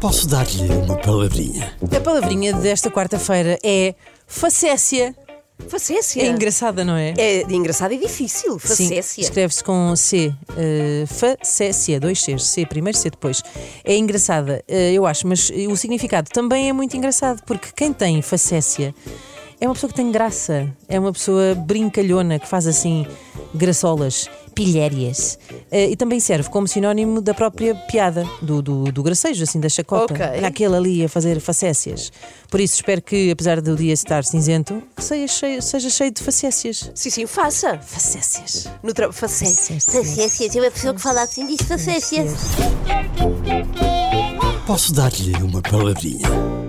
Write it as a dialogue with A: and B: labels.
A: Posso dar-lhe uma palavrinha?
B: A palavrinha desta quarta-feira é facécia.
C: Facécia.
B: É engraçada, não é?
C: É engraçado e difícil.
B: Sim,
C: Facécia.
B: Escreve-se com C. eh, facécia, dois Cs. C primeiro, C depois. É engraçada, eh, eu acho, mas eh, o significado também é muito engraçado, porque quem tem facécia é uma pessoa que tem graça, é uma pessoa brincalhona, que faz assim graçolas, pilhérias. Eh, e também serve como sinónimo da própria piada, do, do, do gracejo, assim, da chacota.
C: Ok.
B: Olha aquele ali a fazer facécias. Por isso, espero que, apesar do dia estar cinzento, que seja cheio, seja cheio de facécias.
C: sim, sim, faça.
B: Facécias.
C: No tra... Facécia.
D: Facécia, tem uma pessoa que fala assim, diz facécia.
A: Posso dar-lhe uma palavrinha?